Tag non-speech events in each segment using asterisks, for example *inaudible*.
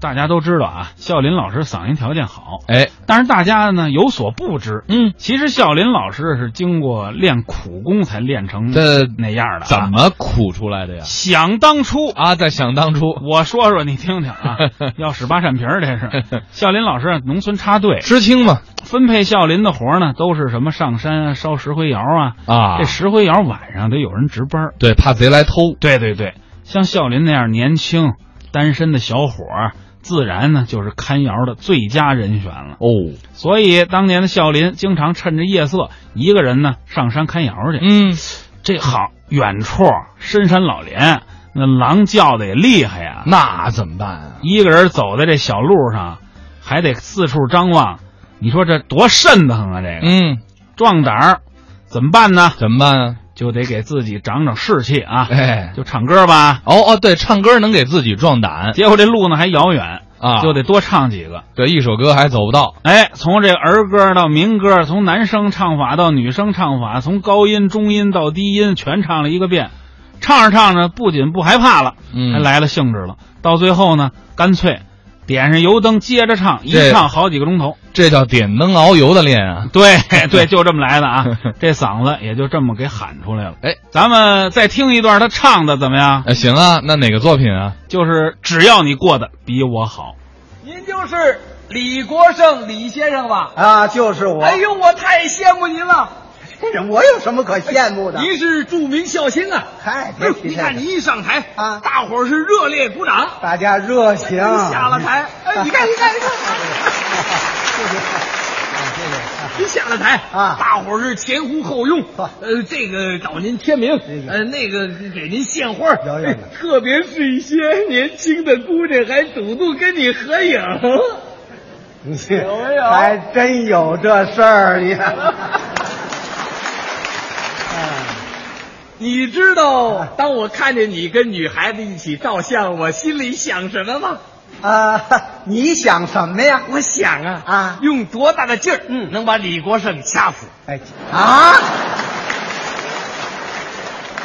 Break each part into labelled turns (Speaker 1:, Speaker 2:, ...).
Speaker 1: 大家都知道啊，笑林老师嗓音条件好，
Speaker 2: 哎，
Speaker 1: 但是大家呢有所不知，
Speaker 2: 嗯，
Speaker 1: 其实笑林老师是经过练苦功才练成
Speaker 2: 这
Speaker 1: 那样的、啊。
Speaker 2: 怎？么苦出来的呀？
Speaker 1: 想当初，
Speaker 2: 啊，在想当初
Speaker 1: 我说说你听听
Speaker 2: *laughs*
Speaker 1: 啊，要使八扇屏儿这是。笑林老师啊农村插队，
Speaker 2: 知青嘛，
Speaker 1: 分配笑林的活儿呢，都是什么上山啊、烧石灰窑啊。
Speaker 2: 啊
Speaker 1: 这，石灰窑晚上得有人值班儿。
Speaker 2: 对，怕贼来偷，
Speaker 1: 对对对，像笑林那样年轻单身的小伙儿，自然呢就是看窑的最佳人选了。
Speaker 2: 哦，
Speaker 1: 所以当年的孝林经常趁着夜色，一个人呢上山看窑去。
Speaker 2: 嗯，
Speaker 1: 这好，远处深山老林，那狼叫的也厉害呀。
Speaker 2: 那怎么办啊？
Speaker 1: 一个人走在这小路上，还得四处张望，你说这多瘆得慌啊！这个、
Speaker 2: 嗯，
Speaker 1: 壮胆儿，怎么办呢？
Speaker 2: 怎么办啊？
Speaker 1: 就得给自己长长士气啊！
Speaker 2: 哎，
Speaker 1: 就唱歌吧。
Speaker 2: 哦哦，对，唱歌能给自己壮胆
Speaker 1: 结果这路呢还遥远，
Speaker 2: 啊，
Speaker 1: 就得多唱几个。
Speaker 2: 对，一首歌还走不到，
Speaker 1: 哎，从这个儿歌到民歌，从男生唱法到女生唱法，从高音、中音到低音，全唱了一个遍。唱着唱着，不仅不害怕了，
Speaker 2: 嗯
Speaker 1: 还来了兴致了。到最后呢，干脆点上油灯，接着唱，一
Speaker 2: 这
Speaker 1: 唱好几个钟
Speaker 2: *laughs*
Speaker 1: 头。
Speaker 2: 这叫点灯熬油的练啊。
Speaker 1: 对
Speaker 2: *laughs*
Speaker 1: 对，就这么来的啊！这嗓子也就这么给喊出来了。
Speaker 2: 哎，
Speaker 1: 咱们再听一段他唱的怎么样？
Speaker 2: 哎，行啊，那哪个作品啊？
Speaker 1: 就是只要你过得比我好。
Speaker 3: 您就是李国盛李先生吧？
Speaker 4: 啊，就是我。
Speaker 3: 哎，呦，我太羡慕您了！
Speaker 4: 这人我有什么可羡慕的？
Speaker 3: 您是著名笑星啊！
Speaker 4: 嗨
Speaker 3: 哎呦哎
Speaker 4: 别提
Speaker 3: 你
Speaker 4: 这个
Speaker 3: 看您一上台
Speaker 4: 啊
Speaker 3: 大伙儿是热烈鼓掌。
Speaker 4: 大家热情。
Speaker 3: 您下了台，
Speaker 4: *laughs*
Speaker 3: 哎，你看，你看，你看，
Speaker 4: 谢谢，啊谢谢啊
Speaker 3: 您下了台
Speaker 4: 啊
Speaker 3: 大伙儿是前呼后拥。
Speaker 4: 呵
Speaker 3: 呃，这个找您签名
Speaker 4: 这，个
Speaker 3: 呃，那个给您献花，
Speaker 4: 遥远的
Speaker 3: *laughs* 特别是一些年轻的姑娘还主动跟你合影。
Speaker 4: 你
Speaker 3: 有没有
Speaker 4: 还真有这事儿，你。
Speaker 3: *laughs* 你知
Speaker 4: 啊
Speaker 3: 道，当我看见你跟女孩子一起照相，我心里想什么吗？
Speaker 4: 啊，你想什么呀？
Speaker 3: 我想啊
Speaker 4: 啊
Speaker 3: 用多大的劲儿，
Speaker 4: 嗯
Speaker 3: 能把李国盛掐死？
Speaker 4: 哎啊，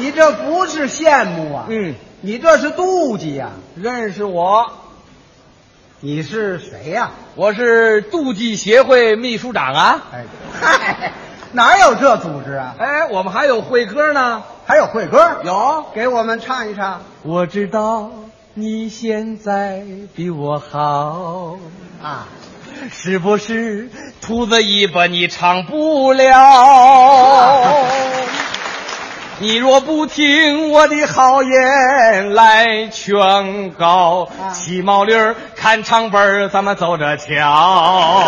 Speaker 4: 你这不是羡慕啊，
Speaker 3: 嗯，
Speaker 4: 你这是妒忌呀、
Speaker 3: 认识我，
Speaker 4: 你是谁呀、
Speaker 3: 我是妒忌协会秘书长啊。
Speaker 4: 哎，嗨，哪有这组织啊？
Speaker 3: 哎，我们还有会歌呢，
Speaker 4: 还有会歌，
Speaker 3: 有。
Speaker 4: 给我们唱一唱
Speaker 3: 我知道你现在比我好，
Speaker 4: 啊。
Speaker 3: 是不是？秃子尾巴你唱不了。你若不听我的好言来劝告
Speaker 4: 啊，
Speaker 3: 骑毛驴儿看唱本儿，咱们走着瞧。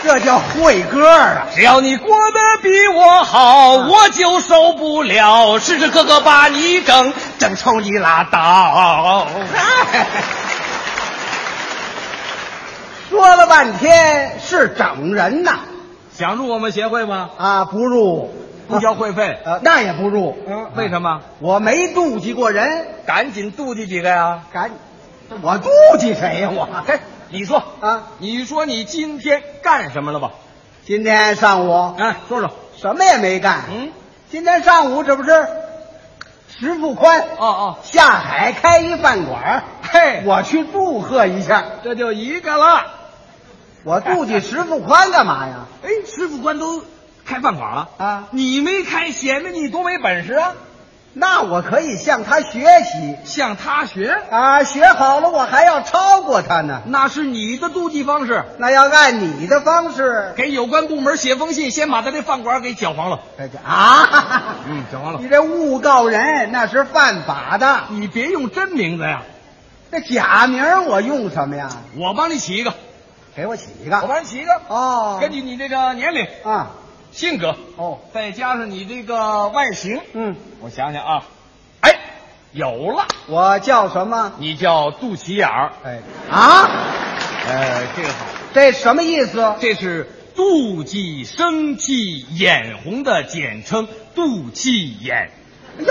Speaker 4: 这叫会歌啊！
Speaker 3: 只要你过得比我好，我就受不了，时时刻刻把你整整臭你拉倒。 *laughs*
Speaker 4: 说了半天是整人呐，
Speaker 3: 想入我们协会吗？
Speaker 4: 啊，不入，
Speaker 3: 不交会费。
Speaker 4: 呃，那也不入。啊
Speaker 3: 嗯，为什么？
Speaker 4: 我没妒忌过人，
Speaker 3: 赶紧妒忌几个呀！
Speaker 4: 赶，我妒忌谁呀、
Speaker 3: 嘿，你说
Speaker 4: 我啊，
Speaker 3: 你说你今天干什么了吧？
Speaker 4: 今天上午
Speaker 3: 哎，说说。
Speaker 4: 什么也没干。
Speaker 3: 嗯，
Speaker 4: 今天上午这不是石富宽
Speaker 3: 哦哦，
Speaker 4: 下海开一饭馆，
Speaker 3: 嘿，
Speaker 4: 我去祝贺一下。
Speaker 3: 这就一个了。
Speaker 4: 我妒忌石富宽干嘛呀？
Speaker 3: 哎，师傅官都开饭馆了，
Speaker 4: 啊，
Speaker 3: 你没开，显得你多没本事啊！
Speaker 4: 那我可以向他学习。
Speaker 3: 向他学，
Speaker 4: 啊，学好了我还要超过他呢。
Speaker 3: 那是你的妒忌方式。
Speaker 4: 那要按你的方式，
Speaker 3: 给有关部门写封信，先把他这饭馆给搅黄了。
Speaker 4: 哎这啊，
Speaker 3: *laughs* 嗯，搅黄
Speaker 4: 你。这诬告人那是犯法的。
Speaker 3: 你别用真名字呀，
Speaker 4: 这假名儿我用什么呀？
Speaker 3: 我帮你起一个，
Speaker 4: 给我起一
Speaker 3: 我
Speaker 4: 个。
Speaker 3: 帮你起一个。
Speaker 4: 哦，
Speaker 3: 根据你这个年龄、
Speaker 4: 啊，
Speaker 3: 性格，
Speaker 4: 哦，
Speaker 3: 再加上你这个外形，
Speaker 4: 嗯，
Speaker 3: 我想想啊，哎，有了，
Speaker 4: 我叫什么？
Speaker 3: 你叫肚脐眼儿。
Speaker 4: 哎，啊，
Speaker 3: 呃，这个好。
Speaker 4: 这什么意思？
Speaker 3: 这是妒忌生气眼红的简称，妒忌眼。
Speaker 4: 哟，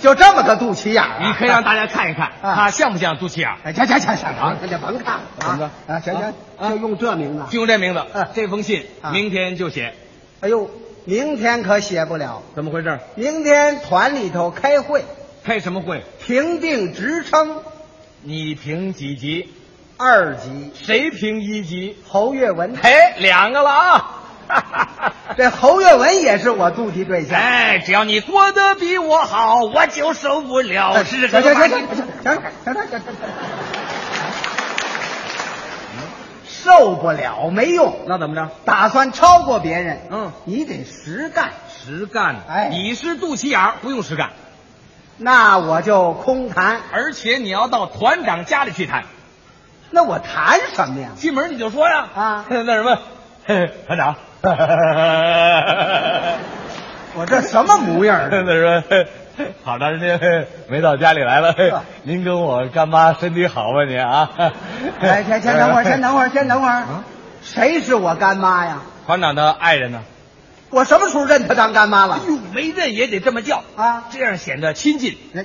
Speaker 4: 就这么个肚脐眼儿啊
Speaker 3: 你可以让大家看一看，
Speaker 4: 啊
Speaker 3: 他像不像肚脐眼？
Speaker 4: *laughs* 哎，行行行行行，那就甭看了
Speaker 3: 怎么着
Speaker 4: 啊啊，行行，
Speaker 3: 啊
Speaker 4: 就用这名字。
Speaker 3: 就这名字
Speaker 4: 嗯，
Speaker 3: 这封信
Speaker 4: 啊
Speaker 3: 明天就写，
Speaker 4: 哎呦，明天可写不了，
Speaker 3: 怎么回事？
Speaker 4: 明天团里头开会。
Speaker 3: 开什么会？
Speaker 4: 评定职称，
Speaker 3: 你评几级？
Speaker 4: 二级
Speaker 3: 谁评一级？
Speaker 4: 侯月文，
Speaker 3: 嘿，两个了啊！ *laughs*
Speaker 4: 这侯月文也是我妒忌对象。
Speaker 3: 哎，只要你过得比我好，我就受不了。
Speaker 4: 哎
Speaker 3: 是这
Speaker 4: 行
Speaker 3: 个
Speaker 4: 行
Speaker 3: 吧
Speaker 4: 行行行行行行行行，
Speaker 3: 嗯
Speaker 4: 受不了没用，
Speaker 3: 那怎么着？
Speaker 4: 打算超过别人，
Speaker 3: 嗯
Speaker 4: 你得实干，
Speaker 3: 实干。
Speaker 4: 哎
Speaker 3: 你是肚脐眼儿，不用实干，
Speaker 4: 那我就空谈，
Speaker 3: 而且你要到团长家里去谈。
Speaker 4: 那我谈什么呀？
Speaker 3: 进门你就说呀
Speaker 4: 啊
Speaker 3: *laughs* 那什么，哎嘿团长，
Speaker 4: 我这什么模样啊？
Speaker 3: 那什么，好长时间没到家里来了
Speaker 4: 呵
Speaker 3: *laughs* 您跟我干妈身体好吧？您啊，
Speaker 4: 哎，先先等会儿，先等会儿，先等会儿，谁是我干妈呀？
Speaker 3: *laughs* 团长的爱人呢？
Speaker 4: 我什么时候认她当干妈了
Speaker 3: 哎？呦，没认也得这么叫，
Speaker 4: 啊，
Speaker 3: 这样显得亲近。
Speaker 4: 那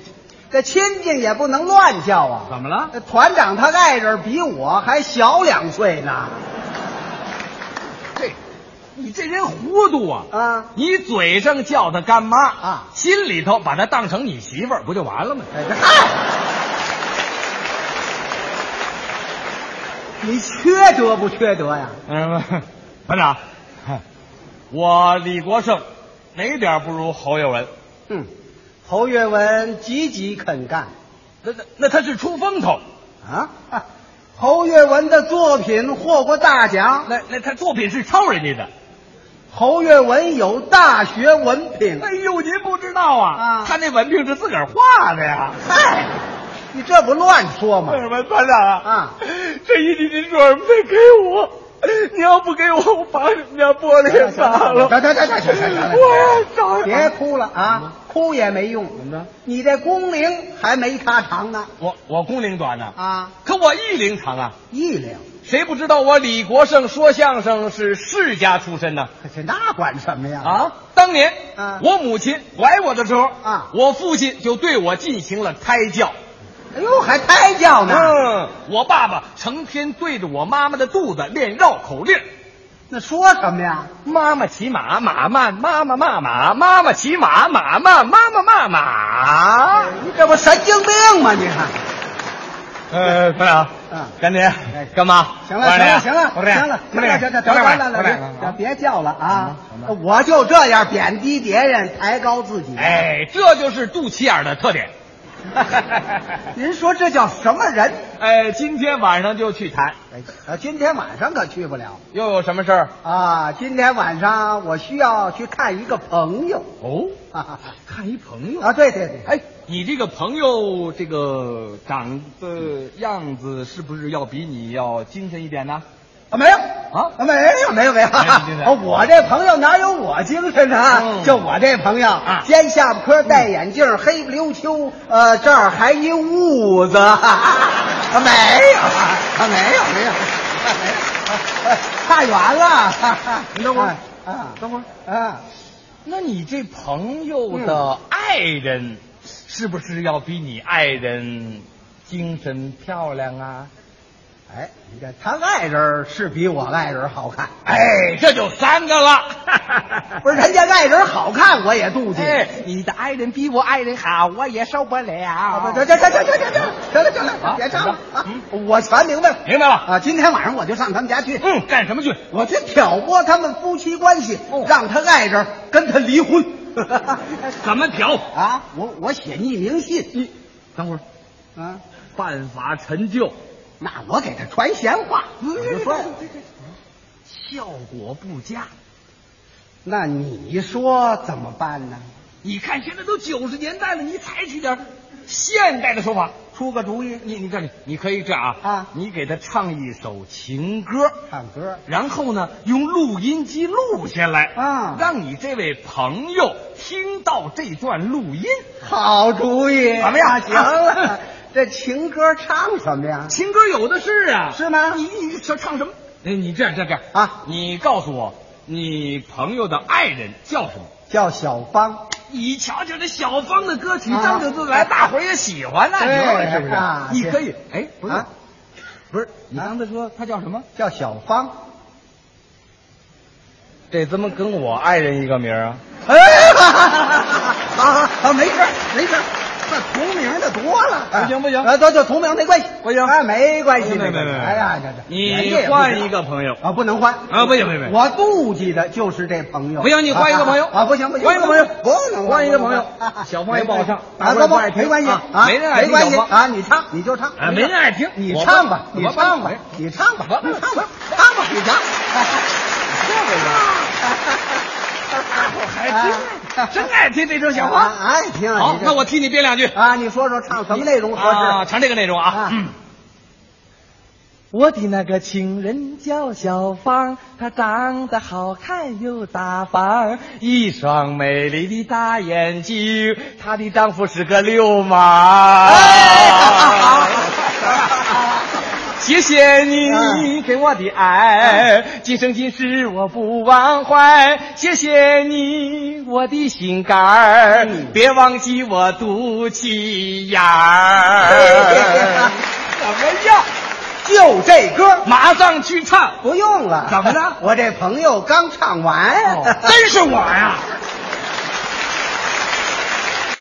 Speaker 4: 这亲戚也不能乱叫啊！
Speaker 3: 怎么了？
Speaker 4: 那团长他爱人比我还小两岁呢，
Speaker 3: 嘿，你这人糊涂啊！
Speaker 4: 啊，
Speaker 3: 你嘴上叫她干妈
Speaker 4: 啊
Speaker 3: 心里头把她当成你媳妇儿，不就完了吗？
Speaker 4: 哎这嗨，你缺德不缺德呀？
Speaker 3: *laughs* 嗯，团长，我李国盛哪点儿不如侯耀文？
Speaker 4: 嗯，侯月文积极肯干
Speaker 3: 那那那他是出风头，
Speaker 4: 啊啊！侯月文的作品获过大奖，
Speaker 3: 那那他作品是抄人家的。
Speaker 4: 侯月文有大学文凭。
Speaker 3: 哎呦，您不知道啊，
Speaker 4: 啊
Speaker 3: 他那文凭是自个儿画的呀。
Speaker 4: 嗨，你这不乱说吗
Speaker 3: 为？什么团长啊？
Speaker 4: 啊，
Speaker 3: 这一句您说什么得给我，你要不给我，我把你们家玻璃砸了。
Speaker 4: 行行行行行行行
Speaker 3: 我要砸了。
Speaker 4: 别哭了
Speaker 3: 嗯
Speaker 4: 啊，哭也没用。怎么着？你这工龄还没他长呢
Speaker 3: *laughs* 我我工龄短呐、
Speaker 4: 啊！
Speaker 3: 可我艺龄长啊。
Speaker 4: 一龄，
Speaker 3: 谁不知道我李国盛说相声是世家出身呢？
Speaker 4: 可是那管什么呀？，
Speaker 3: 啊，当年、
Speaker 4: 啊
Speaker 3: 我母亲怀我的时候
Speaker 4: 啊
Speaker 3: 我父亲就对我进行了胎教。
Speaker 4: 哎呦，还胎教呢？
Speaker 3: 嗯，我爸爸成天对着我妈妈的肚子练绕口令儿。
Speaker 4: 那说什么呀？
Speaker 3: 妈妈骑马，马慢；妈妈骂马，妈妈骑马，马慢；妈妈骂马。
Speaker 4: 你这不神经病吗？你看，
Speaker 3: 呃，团长
Speaker 4: 嗯
Speaker 3: 赶紧干嘛？
Speaker 4: 行了，行
Speaker 3: 啊
Speaker 4: 了，行了，行了，行了，行了，行了，行了，别别叫了啊！
Speaker 3: 嗯
Speaker 4: 我就这样贬低别人，抬高自己。，
Speaker 3: 哎， *laughs* 这就是肚脐眼儿的特点。
Speaker 4: *laughs* 您说这叫什么人？
Speaker 3: 哎，今天晚上就去谈，
Speaker 4: 哎，呃今天晚上可去不了
Speaker 3: 又有什么事儿？
Speaker 4: 啊！今天晚上我需要去看一个朋友。 *laughs*
Speaker 3: 哦，
Speaker 4: 哈哈哈
Speaker 3: 看一朋友。
Speaker 4: 啊，对对对，
Speaker 3: 哎，你这个朋友这个长的样子是不是要比你要精神一点呢？
Speaker 4: 啊没有
Speaker 3: 啊
Speaker 4: 没有没有没有，哈哈
Speaker 3: 没有没有
Speaker 4: 哦我这朋友哪有我精神啊？
Speaker 3: 嗯
Speaker 4: 就我这朋友
Speaker 3: 啊
Speaker 4: 尖下巴颏，戴眼镜，黑不溜秋，呃，这儿还一
Speaker 3: *laughs*
Speaker 4: 痦子，哈哈啊没有啊没有没有啊没有啊，差远了，哈哈
Speaker 3: 你等会儿
Speaker 4: 啊啊
Speaker 3: 等会儿，
Speaker 4: 啊，
Speaker 3: 那你这朋友的爱人，是不是要比你爱人精神漂亮啊？
Speaker 4: 哎，你看他爱人是比我爱人好看，
Speaker 3: 哎，这就三个了。
Speaker 4: *laughs* 不是人家爱人好看我也妒忌。
Speaker 3: *laughs* 哎，你的爱人比我爱人好，我也受不
Speaker 4: 啊，
Speaker 3: 了
Speaker 4: 不，。这这这这这这这，行了行了，别唱了啊！我全明白了
Speaker 3: 明白了？
Speaker 4: 啊！今天晚上我就上他们家去，
Speaker 3: 嗯，干什么去？
Speaker 4: 我去挑拨他们夫妻关系，让他爱人跟他离婚。
Speaker 3: 怎么挑？
Speaker 4: 啊，我我写匿名信
Speaker 3: 你等会儿，
Speaker 4: 啊，
Speaker 3: 办法陈旧，
Speaker 4: 那我给他传闲话，我就说，
Speaker 3: 效果不佳。
Speaker 4: 那你说怎么办呢？
Speaker 3: 你看现在都九十年代了，你采取点现代的手法。
Speaker 4: 出个主意，
Speaker 3: 你你看你，你可以这样啊
Speaker 4: 啊
Speaker 3: 你给他唱一首情歌，
Speaker 4: 唱歌
Speaker 3: 然后呢，用录音机录下来
Speaker 4: 啊
Speaker 3: 让你这位朋友听到这段录音。
Speaker 4: 好主意，
Speaker 3: 怎么样
Speaker 4: 行了，这情歌唱什么呀？
Speaker 3: 情歌有的是啊，
Speaker 4: 是吗
Speaker 3: 你你说唱什么？哎，你这样这样这样
Speaker 4: 啊
Speaker 3: 你告诉我，你朋友的爱人叫什么？
Speaker 4: 叫小芳。
Speaker 3: 你瞧瞧这小芳的歌曲
Speaker 4: 啊
Speaker 3: 张着自来，大伙儿也喜欢呐，你
Speaker 4: 对
Speaker 3: 说是不是？
Speaker 4: 啊
Speaker 3: 你
Speaker 4: 是
Speaker 3: 可以，哎，不是，
Speaker 4: 啊
Speaker 3: 不是，你
Speaker 4: 啊
Speaker 3: 刚才说他叫什么？
Speaker 4: 叫小芳。
Speaker 3: 这怎么跟我爱人一个名啊？
Speaker 4: 哎，好好好，没事儿没事儿，那同名的多了，
Speaker 3: 不行不行
Speaker 4: 啊，都就同名没关系，
Speaker 3: 不行
Speaker 4: 哎，没关系，
Speaker 3: 不行
Speaker 4: 没
Speaker 3: 不行
Speaker 4: 关
Speaker 3: 不
Speaker 4: 系
Speaker 3: 行
Speaker 4: 哎呀，这这人
Speaker 5: 你
Speaker 4: 家也不
Speaker 5: 换
Speaker 4: 知道
Speaker 5: 一个朋友，
Speaker 4: 啊，不能换
Speaker 5: 啊不行不行不行
Speaker 4: 我妒忌的就是这朋友，
Speaker 5: 不行你换一个朋友
Speaker 4: 啊，不行不行，
Speaker 5: 换一个朋友
Speaker 4: 不能
Speaker 5: 换一个
Speaker 4: 不能
Speaker 5: 朋友
Speaker 4: 啊
Speaker 5: 小胖也不好唱大
Speaker 4: 啊，不
Speaker 5: 伙儿
Speaker 4: 不
Speaker 5: 不爱听
Speaker 4: 没关系
Speaker 5: 啊
Speaker 4: 啊，
Speaker 5: 没人爱
Speaker 4: 没
Speaker 5: 听
Speaker 4: 关系
Speaker 5: 小胖
Speaker 4: 啊，你唱你就唱
Speaker 5: 啊，没人爱听，
Speaker 4: 你
Speaker 5: 我
Speaker 4: 唱吧，
Speaker 5: 我
Speaker 4: 你唱吧，你唱吧，你唱吧，唱吧，你唱，
Speaker 5: 爱
Speaker 4: 这个
Speaker 5: 哎听，
Speaker 3: 啊
Speaker 5: 真爱听这首小
Speaker 3: *laughs*
Speaker 5: 花。
Speaker 4: 爱听。
Speaker 5: 好
Speaker 4: 啊哎你，这
Speaker 5: 那我替你编两句
Speaker 4: 啊，你说说唱什么内容合
Speaker 5: 啊，
Speaker 4: 适？
Speaker 5: 唱这个内容
Speaker 4: 啊
Speaker 5: 啊。嗯
Speaker 6: 我的那个情人叫小芳儿，她长得好看又大方儿，
Speaker 3: 一双美丽的大眼睛，她的丈夫是个流氓。
Speaker 5: 哎
Speaker 4: 哎
Speaker 3: *laughs* 谢谢你给我的爱，今生今世我不忘怀。谢谢你，我的心肝儿，别忘记我肚脐眼哎
Speaker 4: *laughs*
Speaker 3: 儿。
Speaker 4: 怎么样？就这歌，
Speaker 3: 马上去唱，
Speaker 4: 不用了。
Speaker 3: 怎么了
Speaker 4: 我这朋友刚唱完，
Speaker 3: 真是我呀！